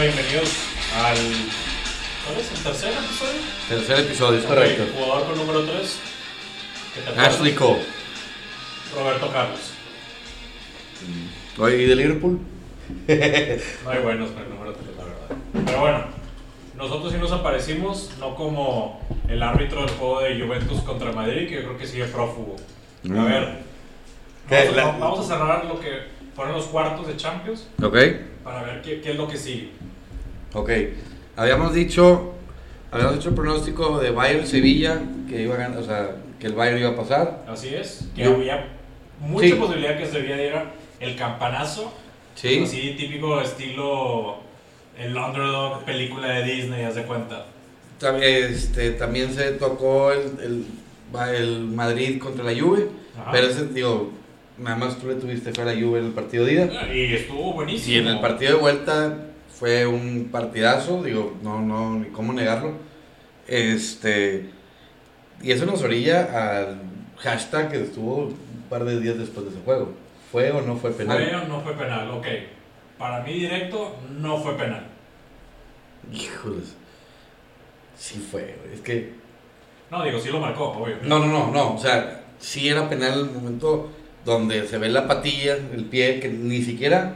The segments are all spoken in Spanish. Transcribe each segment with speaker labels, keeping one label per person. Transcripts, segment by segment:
Speaker 1: bienvenidos al. ¿Cuál es el tercer episodio?
Speaker 2: Tercer episodio, es
Speaker 1: Correcto.
Speaker 2: correcto.
Speaker 1: jugador con número 3.
Speaker 2: Ashley Cole.
Speaker 1: Roberto Carlos.
Speaker 2: Oye, ¿y de Liverpool?
Speaker 1: No hay buenos con el número 3, la verdad. Pero bueno, nosotros sí nos aparecimos, no como el árbitro del juego de Juventus contra Madrid, que yo creo que sigue prófugo. A
Speaker 2: Mm.
Speaker 1: ver,
Speaker 2: ¿Qué?
Speaker 1: vamos a,
Speaker 2: La-
Speaker 1: vamos a cerrar lo que fueron los cuartos de Champions
Speaker 2: Ok,
Speaker 1: para ver qué, qué es lo que sigue.
Speaker 2: ok. Habíamos dicho, habíamos hecho el pronóstico de Bayern Sevilla, que iba a ganar, o sea, que el Bayern iba a pasar.
Speaker 1: Así es, que
Speaker 2: Yo-
Speaker 1: había mucha
Speaker 2: Sí.
Speaker 1: posibilidad que se diera el campanazo.
Speaker 2: Sí.
Speaker 1: Así típico estilo el underdog película de Disney, haz de cuenta.
Speaker 2: Tam- Este, también se tocó el, el, va- el Madrid contra la Juve,
Speaker 1: Ajá.
Speaker 2: pero ese, digo, nada más tú le tuviste fe a la Juve en el partido de ida.
Speaker 1: Y estuvo buenísimo.
Speaker 2: Y en el partido de vuelta fue un partidazo, digo, no, no, ni cómo negarlo. Este, y eso nos orilla al hashtag que estuvo un par de días después de ese juego. ¿Fue o no fue
Speaker 1: ¿Fue
Speaker 2: penal?
Speaker 1: o no fue penal? Ok. Para mí directo, no fue penal.
Speaker 2: Híjoles. Sí fue, güey, es que...
Speaker 1: No, digo, sí lo marcó, obvio.
Speaker 2: No, no, no, no, o sea, sí era penal el momento donde se ve la patilla, el pie, que ni siquiera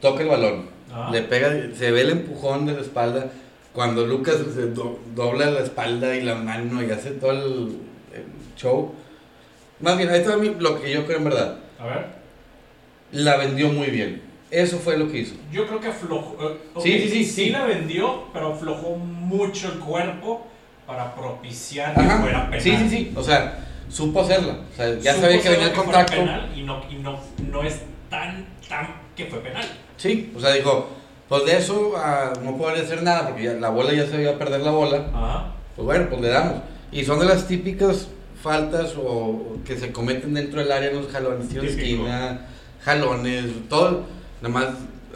Speaker 2: toca el balón.
Speaker 1: Ah,
Speaker 2: Le pega, se ve el empujón de la espalda. Cuando Lucas se do- dobla la espalda y la mano y hace todo el, el show. Más bien, ahí está mi- lo que yo creo en verdad.
Speaker 1: A ver.
Speaker 2: La vendió muy bien. Eso fue lo que hizo.
Speaker 1: Yo creo que aflojó. eh, ok,
Speaker 2: Sí, sí, sí, sí.
Speaker 1: la vendió, pero aflojó mucho el cuerpo para propiciar Ah, que fuera
Speaker 2: Ajá.
Speaker 1: penal.
Speaker 2: Sí, sí, sí. O sea, supo hacerla. O sea, ya
Speaker 1: Supo
Speaker 2: sabía que
Speaker 1: saber
Speaker 2: venía el
Speaker 1: fuera
Speaker 2: contacto.
Speaker 1: penal y no, y no, no es tan, tan que fue penal.
Speaker 2: Sí, o sea, dijo, pues de eso ah, no podría hacer nada porque ya- la bola ya se iba a perder la bola.
Speaker 1: Ajá.
Speaker 2: Pues bueno, pues le damos. Y son de las típicas faltas o o que se cometen dentro del área, los jalones, tiro de
Speaker 1: Típico.
Speaker 2: esquina, jalones, todo. Nada más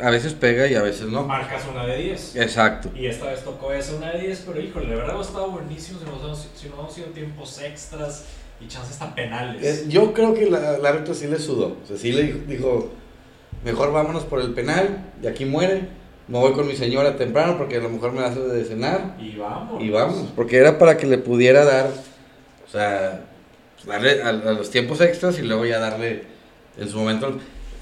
Speaker 2: a veces pega y a veces no.
Speaker 1: Marcas una de 10.
Speaker 2: Exacto.
Speaker 1: Y esta vez tocó esa una de 10, pero híjole, de verdad ha estado buenísimo si no han si no han sido tiempos extras y chances hasta
Speaker 2: Eh,
Speaker 1: penales.
Speaker 2: Yo creo que la, el árbitro sí le sudó. O sea, sí le dijo, dijo, mejor vámonos por el penal, y aquí muere. Me voy con mi señora temprano porque a lo mejor me la hace de cenar.
Speaker 1: Y vamos.
Speaker 2: Y vamos. Porque era para que le pudiera dar, o sea, pues, darle a, a los tiempos extras y luego ya darle en su momento.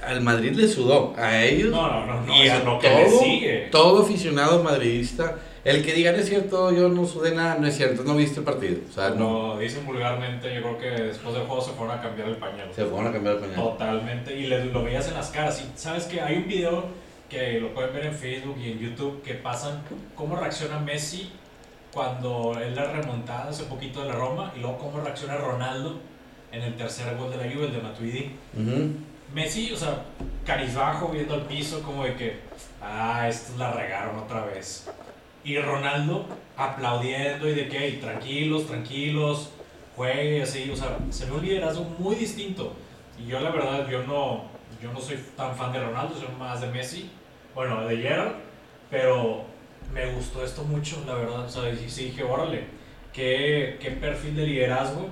Speaker 2: Al Madrid le sudó, a ellos.
Speaker 1: No, no, no, no.
Speaker 2: y
Speaker 1: eso
Speaker 2: a
Speaker 1: es lo
Speaker 2: todo,
Speaker 1: que le sigue.
Speaker 2: todo aficionado madridista, el que diga no es cierto, yo no sudé nada, no es cierto, no viste el partido. O sea, no.
Speaker 1: Como dicen vulgarmente, yo creo que después del juego se fueron a cambiar el pañal.
Speaker 2: Se fueron a cambiar el pañal.
Speaker 1: Totalmente. Y les, lo veías en las caras. Y sabes que hay un video que lo pueden ver en Facebook y en YouTube que pasan cómo reacciona Messi cuando es la remontada hace poquito de la Roma y luego cómo reacciona Ronaldo en el tercer gol de la Juve, el de Matuidi.
Speaker 2: Ujú.
Speaker 1: Messi, o sea, carizbajo, viendo al piso, como de que, ah, estos la regaron otra vez. Y Ronaldo aplaudiendo y de que, "Ey, tranquilos, tranquilos, juegue, así, o sea, se ve un liderazgo muy distinto. Y yo, la verdad, yo no, yo no soy tan fan de Ronaldo, soy más de Messi, bueno, de Gerard, pero me gustó esto mucho, la verdad, o sea, y sí dije, órale, qué, qué perfil de liderazgo.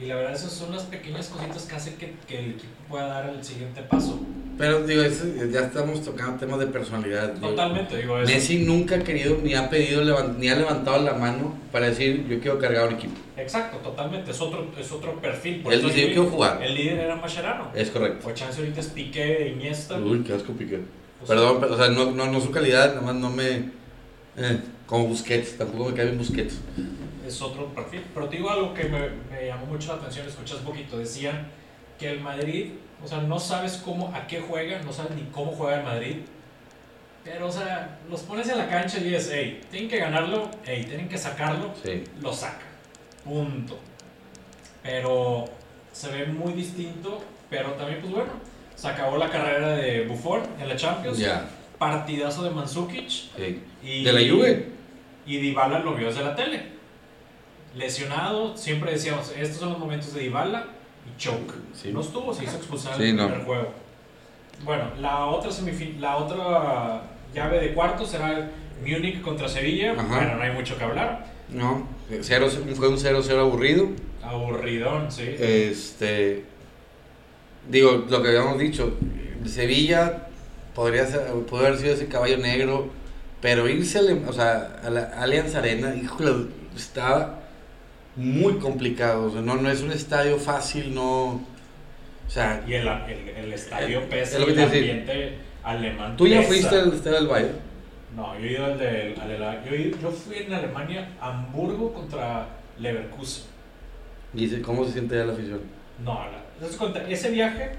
Speaker 1: Y la verdad, esas son las pequeñas cositas que hacen que, que el equipo pueda dar el siguiente paso.
Speaker 2: Pero digo, eso, ya estamos tocando temas de personalidad. digo.
Speaker 1: Totalmente, digo eso.
Speaker 2: Messi nunca ha querido ni ha pedido levan- ni ha levantado la mano para decir yo quiero cargar un equipo.
Speaker 1: Exacto, totalmente. Es otro, es otro perfil.
Speaker 2: Él dice, "Yo quiero jugar".
Speaker 1: El líder era Mascherano.
Speaker 2: Es correcto.
Speaker 1: O chance ahorita es Piqué, e Iniesta.
Speaker 2: Uy, qué asco Piqué.
Speaker 1: O sea,
Speaker 2: Perdón, pero, o sea, no, no, no su calidad, nada más no me eh, como Busquets, tampoco me cae bien Busquets.
Speaker 1: es otro perfil. Pero te digo algo que me, me llamó mucho la atención, escuchas poquito, decían que el Madrid, o sea, no sabes cómo, a qué juega, no sabes ni cómo juega el Madrid, pero, o sea, los pones en la cancha y es, hey, tienen que ganarlo, hey, tienen que sacarlo,
Speaker 2: Sí.
Speaker 1: lo saca, punto. Pero se ve muy distinto, pero también, pues bueno, se acabó la carrera de Buffon en la Champions,
Speaker 2: Ya.
Speaker 1: partidazo de Mandzukic
Speaker 2: sí.
Speaker 1: y...
Speaker 2: De la Juve.
Speaker 1: Y Dybala lo vio desde la tele. Lesionado, siempre decíamos, estos son los momentos de Dybala y choke.
Speaker 2: Sí.
Speaker 1: No estuvo, se hizo expulsar
Speaker 2: Sí,
Speaker 1: en
Speaker 2: no.
Speaker 1: el primer juego. Bueno, la otra semifin- la otra llave de cuartos será el Múnich contra Sevilla.
Speaker 2: Ajá.
Speaker 1: Bueno, no hay mucho que hablar.
Speaker 2: No. Cero, fue un 0-0 aburrido.
Speaker 1: Aburridón, sí.
Speaker 2: Este. Digo, lo que habíamos dicho. Sevilla podría ser, pudo haber sido ese caballo negro Pero irse al- o sea, a la Allianz Arena, híjole, estaba muy complicado. o sea, no, no es un estadio fácil, no. O sea,
Speaker 1: Y el, el, el estadio
Speaker 2: Eh,
Speaker 1: pesa
Speaker 2: es lo que
Speaker 1: y el
Speaker 2: te decía.
Speaker 1: ambiente alemán.
Speaker 2: tú ya
Speaker 1: pesa.
Speaker 2: fuiste al estadio del Bayern.
Speaker 1: No, yo he ido al del- al de la- yo, he ido- yo fui en Alemania, Hamburgo contra Leverkusen.
Speaker 2: Y dice, ¿cómo se siente ya la afición?
Speaker 1: No, la- ¿te das cuenta? ese viaje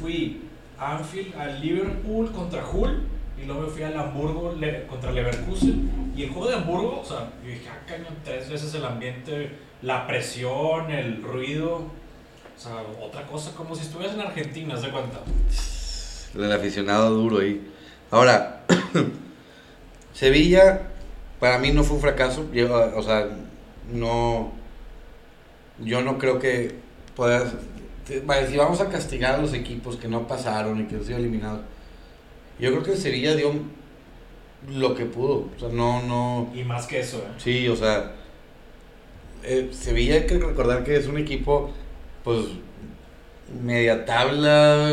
Speaker 1: fui a Anfield, a Liverpool contra Hull y luego me fui al Hamburgo le- contra Leverkusen. Y el juego de Hamburgo, o sea, yo dije, ah, cañón, tres veces el ambiente, la presión, el ruido. O sea, otra cosa, como si estuvieras en Argentina, ¿se cuenta?
Speaker 2: El aficionado duro ahí. Ahora, Sevilla para mí no fue un fracaso. Yo, o sea, no. Yo no creo que puedas. te- vaya, Si vamos a castigar a los equipos que no pasaron y que han sido eliminados, yo creo que Sevilla dio lo que pudo. O sea, no, no.
Speaker 1: Y más que eso, ¿eh?
Speaker 2: Sí, o sea, eh, Sevilla hay que recordar que es un equipo, pues, media tabla,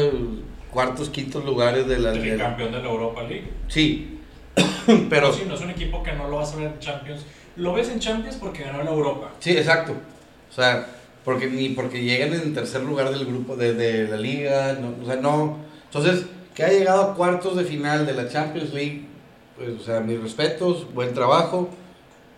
Speaker 2: cuartos, quintos lugares de la liga.
Speaker 1: Tricampeón de la Europa League.
Speaker 2: Sí,
Speaker 1: Pero
Speaker 2: pero
Speaker 1: sí, no es un equipo que no lo vas a ver en Champions. Lo ves en Champions porque ganó la Europa.
Speaker 2: sí, exacto. O sea, porque ni porque llegan en tercer lugar del grupo de, de la liga, no, o sea, no. Entonces, que ha llegado a cuartos de final de la Champions League, pues, o sea, mis respetos, buen trabajo,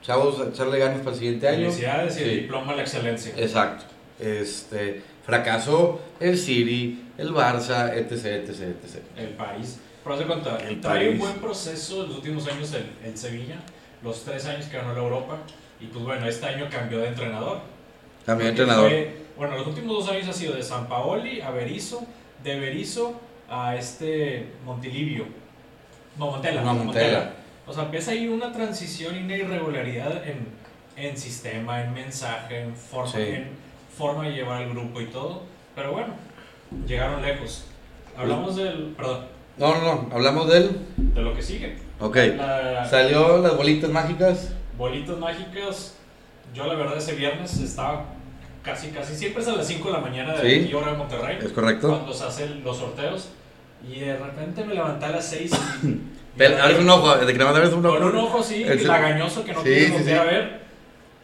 Speaker 2: chavos, a echarle ganas para el siguiente año.
Speaker 1: Felicidades y el
Speaker 2: Sí.
Speaker 1: diploma a la excelencia.
Speaker 2: Exacto. Este, fracasó el City, el Barça, etc, etc, etc.
Speaker 1: El país. Por hacer cuenta,
Speaker 2: El
Speaker 1: trae un
Speaker 2: París.
Speaker 1: buen proceso en los últimos años en, en Sevilla. Los tres años que ganó la Europa. Y pues bueno, este año cambió de entrenador.
Speaker 2: También
Speaker 1: Porque
Speaker 2: entrenador.
Speaker 1: fue- bueno, los últimos dos años ha sido de San Paoli a Berizzo, de Berizzo a este Montilivio. No, Montela.
Speaker 2: No, Montella.
Speaker 1: O sea, empieza ahí una transición y una irregularidad en, en sistema, en mensaje, en forma,
Speaker 2: Sí.
Speaker 1: en forma de llevar al grupo y todo. Pero bueno, llegaron lejos. Hablamos del, perdón,
Speaker 2: No, no, no, hablamos de él.
Speaker 1: de lo que sigue.
Speaker 2: Ok.
Speaker 1: La-
Speaker 2: Salió las bolitas mágicas.
Speaker 1: Bolitas mágicas. Yo la verdad ese viernes estaba casi, casi. Siempre es a las 5 de la mañana de
Speaker 2: Sí.
Speaker 1: aquí, hora de Monterrey.
Speaker 2: Es correcto.
Speaker 1: Cuando se hacen los sorteos. Y de repente me levanté a las 6.
Speaker 2: Pero abres un ojo, de que nada más abres un
Speaker 1: Con un
Speaker 2: ojo.
Speaker 1: ojo, sí,
Speaker 2: El-
Speaker 1: lagañoso que no
Speaker 2: Sí,
Speaker 1: quiero
Speaker 2: sí,
Speaker 1: voltear
Speaker 2: sí.
Speaker 1: a ver.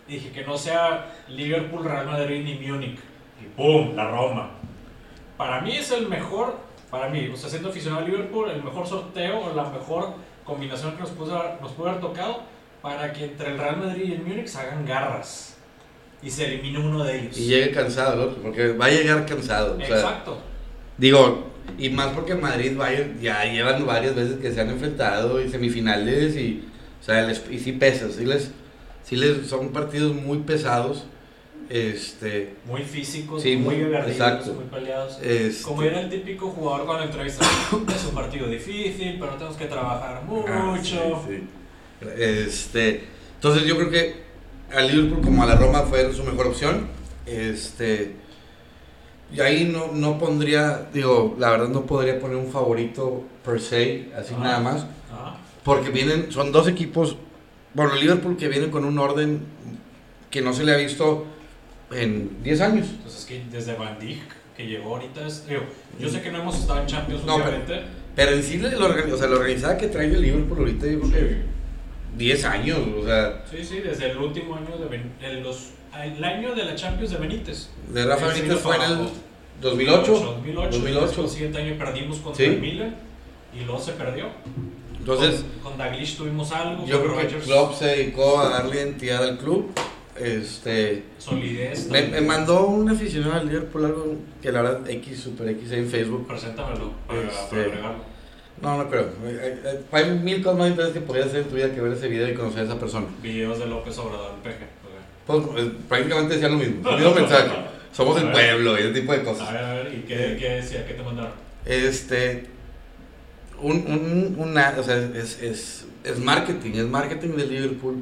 Speaker 1: Dije que no sea Liverpool, Real Madrid ni Múnich. Y ¡pum! La Roma. Para mí es el mejor, para mí, o sea, siendo aficionado a Liverpool, el mejor sorteo o la mejor combinación que nos pudo, haber- nos pudo haber tocado para que entre el Real Madrid y el Múnich se hagan garras y se elimine uno de ellos.
Speaker 2: Y llegue cansado, ¿no? Porque va a llegar cansado. O sea,
Speaker 1: Exacto.
Speaker 2: digo, y más porque Madrid Bayern ya llevan varias veces que se han enfrentado y semifinales y, o sea, les- y sí pesa, sí les, sí les, son partidos muy pesados. Este,
Speaker 1: Muy físicos,
Speaker 2: Sí,
Speaker 1: muy
Speaker 2: muy-
Speaker 1: agarridos,
Speaker 2: exacto.
Speaker 1: muy peleados.
Speaker 2: Este-
Speaker 1: Como era el típico jugador cuando entrevista, es un partido difícil, pero tenemos que trabajar mucho.
Speaker 2: Ah, sí, sí. Este, entonces yo creo que al Liverpool como a la Roma fue su mejor opción. Este, y ahí no, no pondría, digo, la verdad no podría poner un favorito per se, así
Speaker 1: Ah.
Speaker 2: nada más,
Speaker 1: Ah,
Speaker 2: porque vienen, son dos equipos, bueno, el Liverpool que viene con un orden que no se le ha visto en 10 años.
Speaker 1: Entonces es que desde Van Dijk, que llegó ahorita, es- digo, yo sé que no hemos estado en Champions
Speaker 2: Mm. No, pero-
Speaker 1: últimamente.
Speaker 2: Pero en sí, la orga- o sea, la organizada que trae el Liverpool ahorita, yo creo que 10 años, o sea,
Speaker 1: Sí, sí, desde el último año de Ben- el, los, el año de la Champions de Benítez.
Speaker 2: de Rafa
Speaker 1: Sí, sí,
Speaker 2: Benítez
Speaker 1: lo
Speaker 2: fue en el
Speaker 1: trabajo.
Speaker 2: 2008.
Speaker 1: 2008.
Speaker 2: 2008.
Speaker 1: El siguiente año perdimos contra
Speaker 2: Sí.
Speaker 1: el Milan y luego se perdió.
Speaker 2: Entonces,
Speaker 1: con, con Daglish tuvimos algo,
Speaker 2: yo
Speaker 1: con
Speaker 2: creo que
Speaker 1: Rodgers,
Speaker 2: Klopp se dedicó a darle identidad al club. Este,
Speaker 1: solidez.
Speaker 2: me, me
Speaker 1: también.
Speaker 2: mandó un aficionado al Liverpool algo que la verdad X Super X ahí en Facebook.
Speaker 1: Preséntamelo para,
Speaker 2: Este-
Speaker 1: para agregarlo.
Speaker 2: No, no creo. Eh, eh, eh, Hay mil cosas más interesantes que podías hacer en tu vida que ver ese video y conocer a esa persona.
Speaker 1: Videos de López Obrador, el peje. ok.
Speaker 2: Pues, eh, prácticamente decía lo mismo. El mismo mensaje. Somos el pueblo y ese tipo de
Speaker 1: A
Speaker 2: cosas.
Speaker 1: ver, a ver, ¿y qué, qué decía? ¿Qué te mandaron?
Speaker 2: Este, un, un, una, o sea, es, es, es marketing, es marketing de Liverpool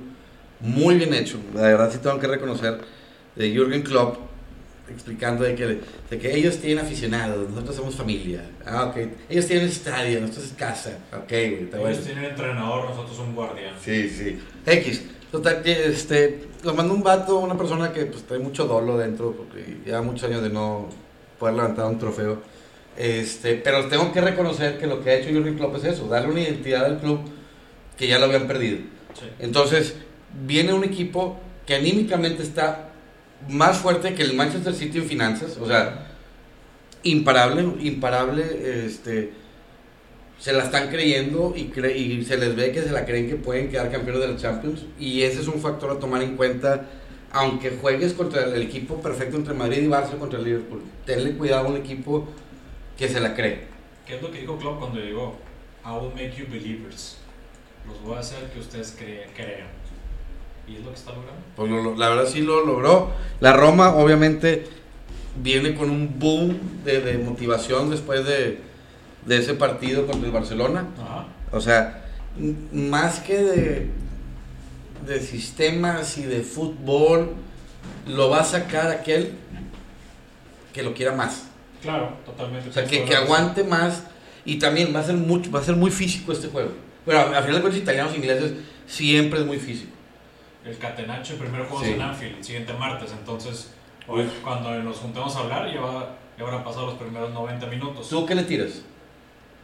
Speaker 2: muy bien hecho. La verdad sí tengo que reconocer de Jürgen Klopp explicando de que, de que ellos tienen aficionados, nosotros somos familia. Ah, ok. Ellos tienen estadio, nosotros es casa. Ok, güey, está bueno.
Speaker 1: Ellos tienen entrenador, nosotros un guardián.
Speaker 2: Sí, sí. X. Total, que, este, lo mandó un vato, una persona que pues trae mucho dolo dentro, porque lleva muchos años de no poder levantar un trofeo. Este, pero tengo que reconocer que lo que ha hecho Jürgen Klopp es eso, darle una identidad al club que ya lo habían perdido.
Speaker 1: Sí.
Speaker 2: Entonces, viene un equipo que anímicamente está más fuerte que el Manchester City en finanzas, o sea, imparable, imparable, este, se la están creyendo y, cre- y se les ve que se la creen que pueden quedar campeones de la Champions y ese es un factor a tomar en cuenta, aunque juegues contra el equipo perfecto entre Madrid y Barça contra el Liverpool, tenle cuidado a un equipo que se la cree.
Speaker 1: ¿Qué es lo que dijo Klopp cuando llegó? I will make you believers. Los voy a hacer que ustedes creen, crean. Y es lo que está logrando.
Speaker 2: Pues lo- lo- la verdad sí lo logró. La Roma obviamente viene con un boom de, de motivación después de, de ese partido contra el Barcelona.
Speaker 1: Ajá.
Speaker 2: O sea, m- más que de, de sistemas y de fútbol, lo va a sacar aquel que lo quiera más.
Speaker 1: Claro, totalmente.
Speaker 2: O sea, que, que aguante más y también va a ser mucho, va a ser muy físico este juego. Bueno, a final de cuentas italianos e ingleses siempre es muy físico.
Speaker 1: El Catenacho, el primer juego
Speaker 2: Sí.
Speaker 1: es en Anfield, el siguiente martes. Entonces, hoy cuando nos juntemos a hablar, ya, va- ya habrán pasado los primeros 90 minutos.
Speaker 2: ¿Tú qué le tiras?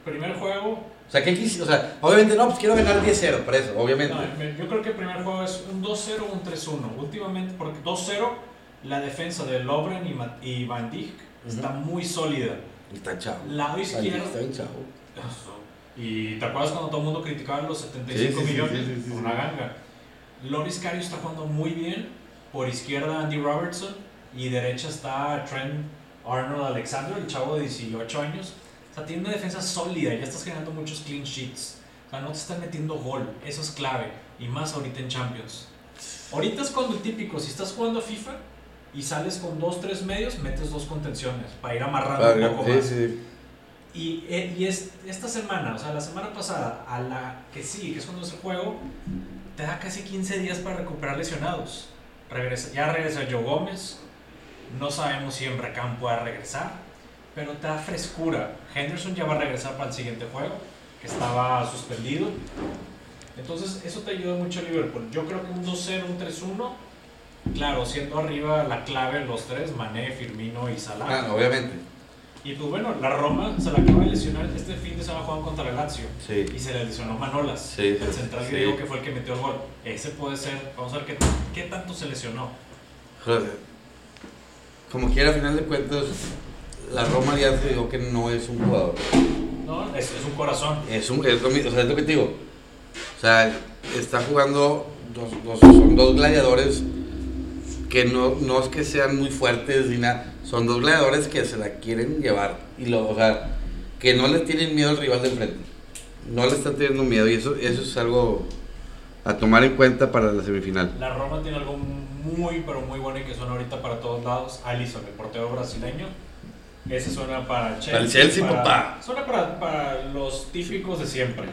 Speaker 1: Primer juego,
Speaker 2: O sea, ¿qué quis- O sea, obviamente no, pues quiero ganar 10-0, por eso, obviamente.
Speaker 1: No, me- yo creo que el primer juego es un 2-0 o un 3-1. Últimamente, porque 2-0, la defensa de Lobren y, Ma- y Van Dijk está muy sólida.
Speaker 2: Está chavo.
Speaker 1: Lado
Speaker 2: Está
Speaker 1: izquierdo.
Speaker 2: bien chavo.
Speaker 1: Eso. Y te acuerdas cuando todo el mundo criticaba los 75
Speaker 2: Sí, sí, sí,
Speaker 1: millones,
Speaker 2: sí, sí, sí,
Speaker 1: una
Speaker 2: sí.
Speaker 1: ganga. Loris Cario está jugando muy bien. Por izquierda Andy Robertson y derecha está Trent Arnold Alexander, el chavo de 18 años. O sea, tiene una defensa sólida, ya estás generando muchos clean sheets. O sea, no te están metiendo gol, eso es clave. Y más ahorita en Champions. Ahorita es cuando el típico, si estás jugando FIFA y sales con 2-3 medios, metes dos contenciones para ir amarrando Ah, un poco más. Y, eh, y es, esta semana, o sea, la semana pasada, a la que sí, que es cuando es el juego, te da casi 15 días para recuperar lesionados. Regresa- ya regresa Joe Gómez, no sabemos si Embracán pueda regresar, pero te da frescura. Henderson ya va a regresar para el siguiente juego, que estaba suspendido. Entonces, eso te ayuda mucho a Liverpool. Yo creo que un 2-0, un 3-1, claro, siendo arriba la clave los tres, Mané, Firmino y Salah.
Speaker 2: Ah, no, obviamente.
Speaker 1: Y pues bueno, la Roma se la acaba de lesionar este fin de semana jugando contra el Lazio.
Speaker 2: Sí.
Speaker 1: Y se le lesionó Manolas,
Speaker 2: Sí,
Speaker 1: el central
Speaker 2: sí.
Speaker 1: griego que fue el que metió el gol. Ese puede ser, vamos a ver qué, qué tanto se lesionó.
Speaker 2: Joder. Como quiera, a final de cuentas, la Roma ya te digo que no es un jugador.
Speaker 1: No, es, es un corazón.
Speaker 2: Es, un, es, lo, mi- o sea, es lo que te digo. O sea, está jugando, dos, dos- son dos gladiadores que no, no es que sean muy fuertes ni nada, son dos gladiadores que se la quieren llevar. Y lo, o sea, que no le tienen miedo al rival del frente. No le están teniendo miedo y eso, eso es algo a tomar en cuenta para la semifinal.
Speaker 1: La Roma tiene algo muy, pero muy bueno y que suena ahorita para todos lados. Alisson, el portero brasileño. Ese suena para Chelsea.
Speaker 2: el Chelsea,
Speaker 1: para-
Speaker 2: papá.
Speaker 1: Suena para, para los típicos de siempre.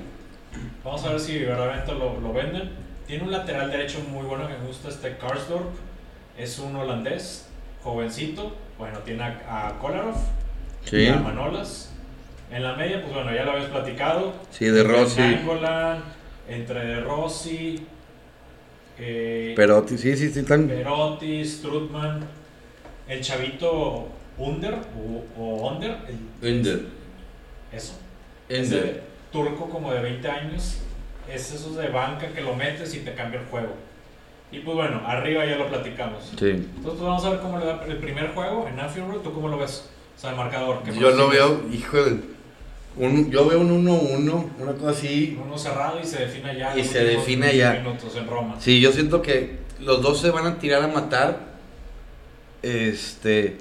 Speaker 1: Vamos a ver si verdaderamente lo, lo venden. Tiene un lateral derecho muy bueno que me gusta, este Karsdorp. Es un holandés, jovencito. Bueno, tiene a, a Kolarov, a Manolas. En la media, pues bueno, ya lo habíamos platicado.
Speaker 2: Sí, de Rossi.
Speaker 1: Nainggolan, entre Rossi. eh,
Speaker 2: Perotti, sí, sí, sí, están.
Speaker 1: Perotti, Strutman, el chavito Under o, o Under, el- eso. Ese turco como de 20 años, es esos de banca que lo metes y te cambia el juego. Y pues bueno, arriba ya lo platicamos.
Speaker 2: Sí.
Speaker 1: Entonces pues, vamos a ver cómo le va el primer juego en Anfield Road, ¿tú cómo lo ves? O sea, el marcador. ¿qué
Speaker 2: Yo lo
Speaker 1: consigues?
Speaker 2: veo, hijo de. Un, yo veo un 1-1, una cosa así.
Speaker 1: Uno cerrado y se define allá.
Speaker 2: Y
Speaker 1: los
Speaker 2: se
Speaker 1: últimos 15
Speaker 2: define allá.
Speaker 1: minutos en Roma.
Speaker 2: Sí, yo siento que los dos se van a tirar a matar. Este.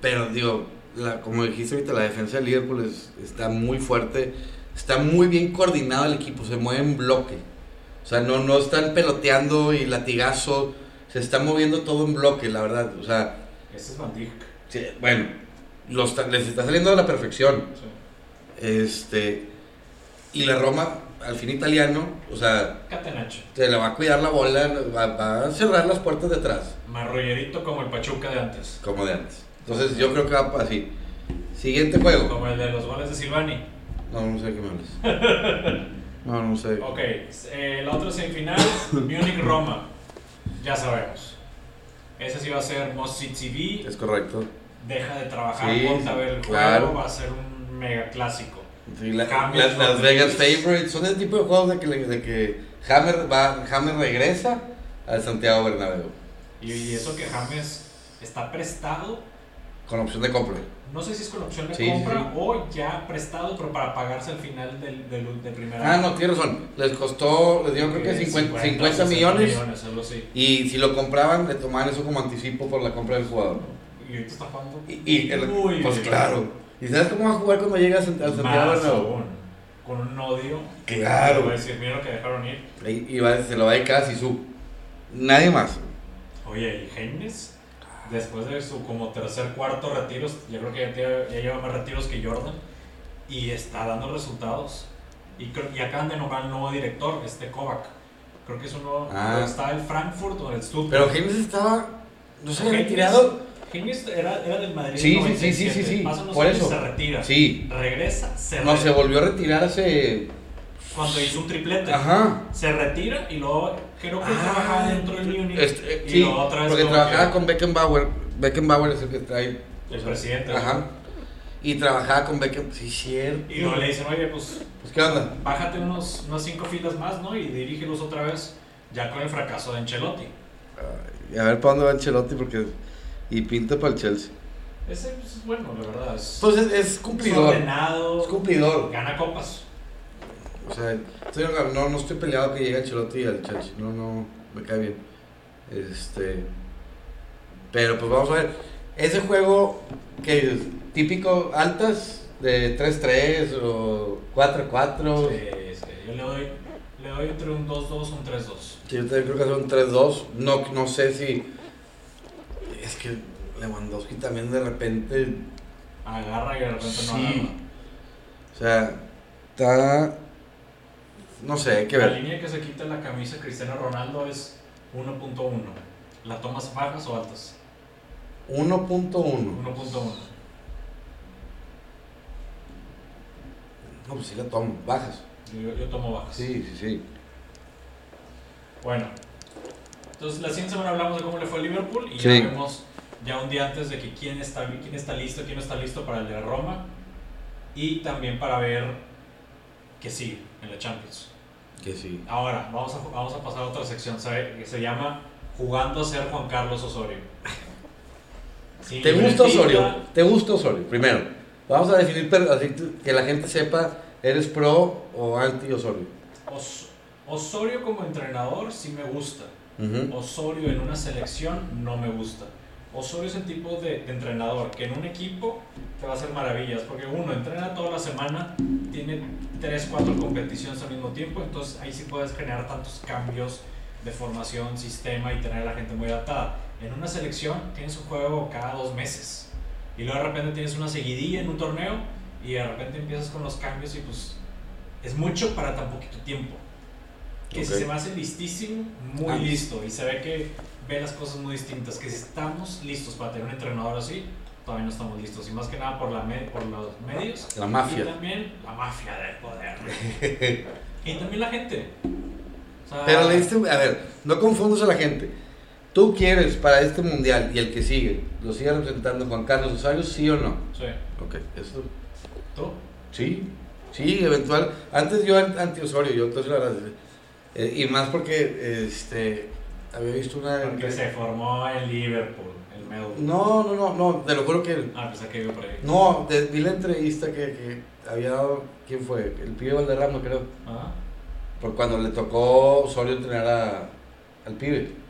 Speaker 2: Pero digo, la, como dijiste ahorita, la defensa de Liverpool es- está muy fuerte. Está muy bien coordinado el equipo, se mueve en bloque. O sea, no, no están peloteando y latigazo. Se está moviendo todo en bloque, la verdad. O sea,
Speaker 1: Este es Van Dijk.
Speaker 2: sí, bueno, los está- les está saliendo a la perfección.
Speaker 1: Sí.
Speaker 2: Este. Y la Roma, al fin italiano, o sea,
Speaker 1: Catenacho.
Speaker 2: se le va a cuidar la bola, va, va a cerrar las puertas detrás,
Speaker 1: Marrullerito como el Pachuca de antes.
Speaker 2: como de antes. Entonces yo creo que va así. Siguiente juego.
Speaker 1: Como el de los goles de Silvani.
Speaker 2: No, no sé de qué me hables. No, no sé.
Speaker 1: Ok, eh, la otra semifinal, Munich-Roma. Ya sabemos. Ese sí va a ser Mossi TV.
Speaker 2: Es correcto.
Speaker 1: Deja de trabajar,
Speaker 2: Sí,
Speaker 1: ponte a ver el
Speaker 2: claro.
Speaker 1: juego. Va a ser un mega clásico.
Speaker 2: Sí, la-
Speaker 1: Hammer
Speaker 2: las, las Vegas
Speaker 1: Rodríguez.
Speaker 2: Favorites son el tipo de juegos de que, le- de que Hammer, va, Hammer regresa al Santiago Bernabéu
Speaker 1: Y, y eso que James está prestado,
Speaker 2: con opción de compra.
Speaker 1: no sé si es con opción de
Speaker 2: Sí, sí,
Speaker 1: compra
Speaker 2: sí.
Speaker 1: o ya prestado, pero para pagarse al final del, del, Eh, del primer
Speaker 2: Ah,
Speaker 1: año.
Speaker 2: no, tienes razón. Les costó, les dieron creo que 50, 50
Speaker 1: 60
Speaker 2: Eh, millones.
Speaker 1: algo así.
Speaker 2: Y si lo compraban, le tomaban eso como anticipo por la compra del jugador.
Speaker 1: Y ahorita está jugando.
Speaker 2: Y, y el-
Speaker 1: Muy
Speaker 2: pues
Speaker 1: bien.
Speaker 2: claro. ¿Y sabes cómo va a jugar cuando llega a Sant- al Santiago
Speaker 1: Más
Speaker 2: Bernabéu?
Speaker 1: aún, con un odio.
Speaker 2: Claro.
Speaker 1: Voy a decir, mira lo que dejaron ir.
Speaker 2: Y, y va- se lo va a ir casi su. Nadie más.
Speaker 1: Oye, y James, después de su como tercer, cuarto retiros, yo creo que ya, tiene- ya lleva más retiros que Jordan y está dando resultados. Y, creo- y acaban de nombrar al nuevo director, este Kovac. Creo que es uno.
Speaker 2: Ah.
Speaker 1: donde Está el Frankfurt o el Stuttgart.
Speaker 2: Pero James estaba. No se había
Speaker 1: James-
Speaker 2: retirado.
Speaker 1: James era, era del Madrid.
Speaker 2: Sí,
Speaker 1: en
Speaker 2: sí, sí, sí, sí,
Speaker 1: 97.
Speaker 2: sí.
Speaker 1: Pasan unos
Speaker 2: Por
Speaker 1: años y
Speaker 2: eso.
Speaker 1: Se retira.
Speaker 2: Sí.
Speaker 1: Regresa, se
Speaker 2: No,
Speaker 1: re-
Speaker 2: se volvió a retirar hace.
Speaker 1: cuando hizo un triplete.
Speaker 2: Ajá.
Speaker 1: Se retira y luego creo que
Speaker 2: Ah,
Speaker 1: trabajaba dentro del Munich.
Speaker 2: Este, eh,
Speaker 1: y
Speaker 2: sí,
Speaker 1: luego otra vez
Speaker 2: porque
Speaker 1: como
Speaker 2: trabajaba
Speaker 1: que
Speaker 2: con Beckenbauer. Beckenbauer es el que trae.
Speaker 1: el presidente.
Speaker 2: Ajá. Y trabajaba con Beckenbauer. Sí, cierto.
Speaker 1: Y luego le dicen, oye, pues
Speaker 2: Pues, ¿qué onda?
Speaker 1: bájate unos, unas cinco filas más, ¿no? Y dirígelos otra vez, ya con el fracaso de Ancelotti.
Speaker 2: Y a ver para dónde va Ancelotti porque. Y pinta para el Chelsea.
Speaker 1: Ese pues, es bueno, la verdad. Es,
Speaker 2: Entonces Pues, es
Speaker 1: es
Speaker 2: cumplidor.
Speaker 1: ordenado,
Speaker 2: Pues, Es cumplidor.
Speaker 1: gana copas.
Speaker 2: O sea, estoy- no, no estoy peleado que llegue Ancelotti y al Chelsea. No, no, me cae bien. Este. Pero pues vamos a ver. Ese juego que es típico altas de 3-3 o 4-4.
Speaker 1: Sí, sí, yo le doy, le doy entre un 2-2 un 3-2.
Speaker 2: Sí, yo también creo que hace un 3-2. No, no sé si. Es que Lewandowski también de repente.
Speaker 1: Agarra y de repente no
Speaker 2: Sí.
Speaker 1: agarra.
Speaker 2: O sea, está. No sé, hay que
Speaker 1: La
Speaker 2: ver.
Speaker 1: línea que se quita la camisa Cristiano Ronaldo es 1.1. ¿La tomas bajas o altas?
Speaker 2: 1.1.
Speaker 1: 1.1.
Speaker 2: No, pues sí la tomo. Bajas.
Speaker 1: Yo, yo tomo bajas.
Speaker 2: Sí, sí, sí.
Speaker 1: Bueno, entonces la siguiente semana hablamos de cómo le fue a Liverpool y
Speaker 2: Sí.
Speaker 1: ya vemos ya un día antes de que quién está, quién está listo, quién no está listo para el de Roma y también para ver qué sigue en la Champions.
Speaker 2: Que sí.
Speaker 1: Ahora, vamos a, vamos a pasar a otra sección ¿sabe? que se llama Jugando a ser Juan Carlos Osorio. Sin
Speaker 2: ¿Te gusta
Speaker 1: libretita,
Speaker 2: Osorio? ¿Te gusta Osorio? Primero, vamos a definir pero así tú- que la gente sepa: ¿eres pro o anti Osorio?
Speaker 1: Os- Osorio como entrenador sí me gusta.
Speaker 2: Ujú.
Speaker 1: Osorio en una selección no me gusta. Osorio es el tipo de, de entrenador que en un equipo te va a hacer maravillas, porque uno entrena toda la semana, tiene 3, 4 competiciones al mismo tiempo, entonces ahí sí puedes generar tantos cambios de formación, sistema y tener a la gente muy adaptada. En una selección tienes un juego cada dos meses y luego de repente tienes una seguidilla en un torneo y de repente empiezas con los cambios y pues es mucho para tan poquito tiempo. Que si
Speaker 2: Ok.
Speaker 1: se me hace listísimo, muy
Speaker 2: Ah.
Speaker 1: listo y se ve que ve las cosas muy distintas. Que si estamos listos para tener un entrenador así, todavía no estamos listos. Y más que nada por, la me- por los medios
Speaker 2: La
Speaker 1: y
Speaker 2: mafia.
Speaker 1: también la mafia del poder. y también la gente. O sea,
Speaker 2: Pero le diste, a ver, no confundas a la gente. ¿Tú quieres para este mundial y el que sigue, lo sigue representando Juan Carlos Osorio, sí o no?
Speaker 1: Sí.
Speaker 2: Ok, eso.
Speaker 1: ¿Tú?
Speaker 2: Sí, sí, eventual. Antes yo an- anti Osorio, yo entonces la verdad. eh, y más porque este, había visto una.
Speaker 1: Porque se formó en Liverpool, el Melbourne.
Speaker 2: No, no, no, no, te lo juro que.
Speaker 1: Ah, pensé que iba por ahí.
Speaker 2: No, te- vi la entrevista que, que había dado. ¿Quién fue? El pibe Valderrama, creo.
Speaker 1: Ah,
Speaker 2: Por cuando le tocó Osorio entrenar a, al pibe.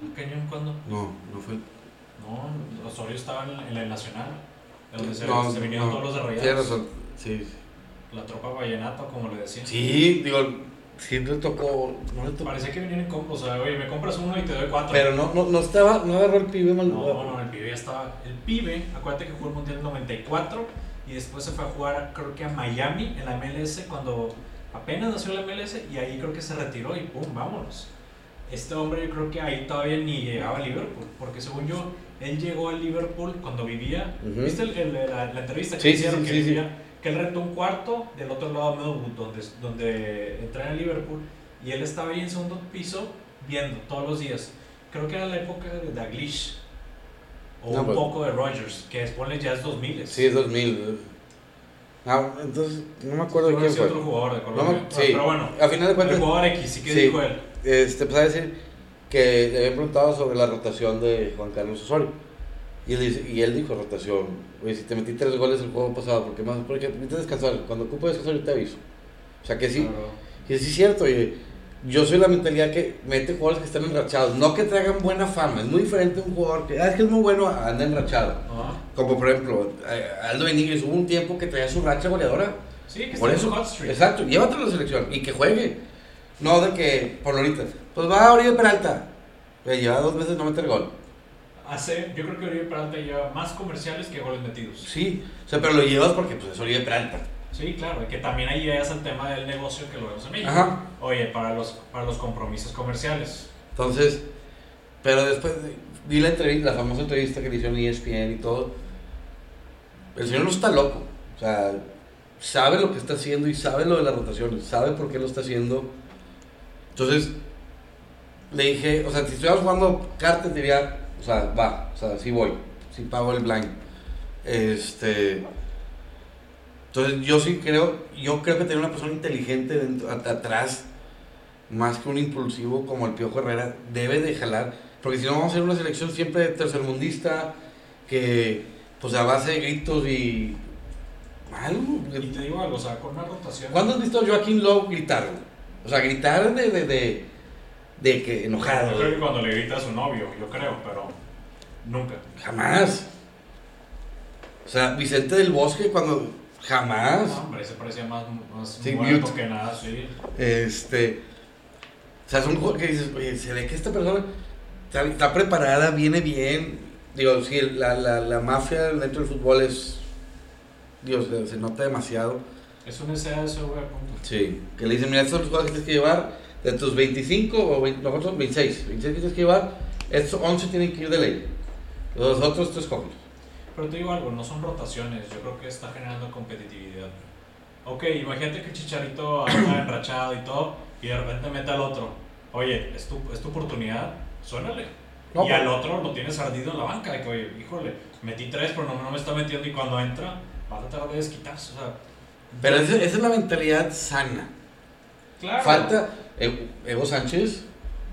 Speaker 1: ¿un cañón cuándo?
Speaker 2: No, no fue.
Speaker 1: No, Osorio estaba en, en el Nacional, de donde se,
Speaker 2: No,
Speaker 1: se vinieron
Speaker 2: no,
Speaker 1: todos los
Speaker 2: Tienes
Speaker 1: desarrollados.
Speaker 2: razón. Sí,
Speaker 1: La tropa vallenata, como le decían.
Speaker 2: sí, digo, sí le tocó. No le tocó.
Speaker 1: Parecía que venían en combo, o sea, oye, me compras uno y te doy cuatro.
Speaker 2: Pero no, no, no estaba, no agarró el pibe mal.
Speaker 1: No, no, el pibe ya estaba. El pibe, acuérdate que jugó el Mundial 94 y después se fue a jugar, creo que a Miami en la MLS cuando apenas nació la MLS y ahí creo que se retiró y pum, vámonos. Este hombre yo creo que ahí todavía ni llegaba a Liverpool, porque según yo, él llegó a Liverpool cuando vivía.
Speaker 2: Ujú.
Speaker 1: ¿Viste el- el- la, la entrevista que
Speaker 2: Mm. Sí, sí,
Speaker 1: hicieron
Speaker 2: sí,
Speaker 1: que
Speaker 2: sí, sí.
Speaker 1: vivía? Que él rentó un cuarto del otro lado de Melwood, donde, donde entrena Liverpool, y él estaba ahí en segundo piso viendo todos los días. Creo que era la época de Daglish. O
Speaker 2: No,
Speaker 1: un
Speaker 2: pues-
Speaker 1: poco de Rogers, que después ya es 2000.
Speaker 2: Sí, es 2000. Ah, entonces, no me acuerdo
Speaker 1: Creo que
Speaker 2: quién
Speaker 1: sí,
Speaker 2: fue.
Speaker 1: otro jugador de
Speaker 2: No
Speaker 1: Colombia. Ah,
Speaker 2: me- sí.
Speaker 1: Pero bueno,
Speaker 2: a final de
Speaker 1: el
Speaker 2: cuentas,
Speaker 1: jugador X, sí que
Speaker 2: Sí.
Speaker 1: dijo él.
Speaker 2: este, empezó a decir que le habían preguntado sobre la rotación de Juan Carlos Osorio. Y él, dice- y él dijo rotación. Oye, si te metí tres goles el juego pasado, porque más? Porque necesitas descansar. Cuando ocupo descansar, yo te aviso. O sea que sí, que sí es cierto. oye, yo soy la mentalidad que mete jugadores que están enrachados, no que traigan buena fama. Es muy diferente un jugador que, ah, es que es muy bueno, anda enrachado.
Speaker 1: Ajá.
Speaker 2: Como por ejemplo, eh, Aldo Benítez hubo un tiempo que traía su racha goleadora.
Speaker 1: Sí, que
Speaker 2: Por
Speaker 1: está en
Speaker 2: eso,
Speaker 1: hot streak.
Speaker 2: exacto, llévatelo a la selección y que juegue. No de que, por ahorita, pues va Oribe Peralta. Le lleva dos veces no meter gol.
Speaker 1: Hace, yo creo que Oribe Peralta lleva más comerciales que goles metidos.
Speaker 2: Sí, o sea, pero lo llevas porque pues, es Oribe Peralta.
Speaker 1: Sí, claro, que también ahí llegas al tema del negocio que lo vemos en México.
Speaker 2: Ajá.
Speaker 1: Oye, para los, para los compromisos comerciales.
Speaker 2: Entonces, pero después de- vi la entrevista, la famosa entrevista que le hicieron E ESPN y todo. El señor no está loco. O sea, sabe lo que está haciendo y sabe lo de las rotaciones, sabe por qué lo está haciendo. Entonces, le dije, o sea, si estuviéramos jugando cartas, diría, o sea, va, o sea, sí voy, sí pago el blind. Este. Entonces, yo sí creo, yo creo que tener una persona inteligente dentro, at- atrás más que un impulsivo como el Piojo Herrera, debe de jalar. Porque si no, vamos a hacer una selección siempre tercermundista, que pues a base de gritos y. algo.
Speaker 1: Y te digo algo, o sea, con una rotación.
Speaker 2: ¿Cuándo has visto a Joaquín Lowe gritar? güey? O sea, gritar de, de, de, de que enojado.
Speaker 1: Yo creo
Speaker 2: güey.
Speaker 1: que cuando le grita a su novio, yo creo, pero nunca.
Speaker 2: Jamás. O sea, Vicente del Bosque cuando. Jamás.
Speaker 1: No, hombre, se parecía más, más
Speaker 2: Ah, Sí,
Speaker 1: muerto
Speaker 2: mute.
Speaker 1: que nada, sí.
Speaker 2: Este. O sea, son cosas que dices, oye, se ve que esta persona está, está preparada, viene bien. Digo, sí, la, la, la mafia dentro del fútbol es. Dios, se, se nota demasiado.
Speaker 1: Es un SASV, punto.
Speaker 2: Sí. Que le dicen, mira, estos son los jugadores que tienes que llevar de tus 25 o 20, no, ¿cuántos son? 26. 26 que tienes que llevar, estos 11 tienen que ir de ley. Los otros tú escoges.
Speaker 1: Pero te digo algo, no son rotaciones, yo creo que está generando competitividad. Ok, imagínate que el Chicharito anda enrachado y todo, y de repente mete al otro. Oye, es tu, es tu oportunidad, suénale.
Speaker 2: No,
Speaker 1: y
Speaker 2: pues-
Speaker 1: al otro lo tienes ardido en la banca, de que oye, híjole, metí tres, pero no, no me está metiendo, y cuando entra, va a tratar de desquitarse, o sea...
Speaker 2: Pero esa, esa es la mentalidad sana.
Speaker 1: Claro.
Speaker 2: Falta eh, Ego Sánchez.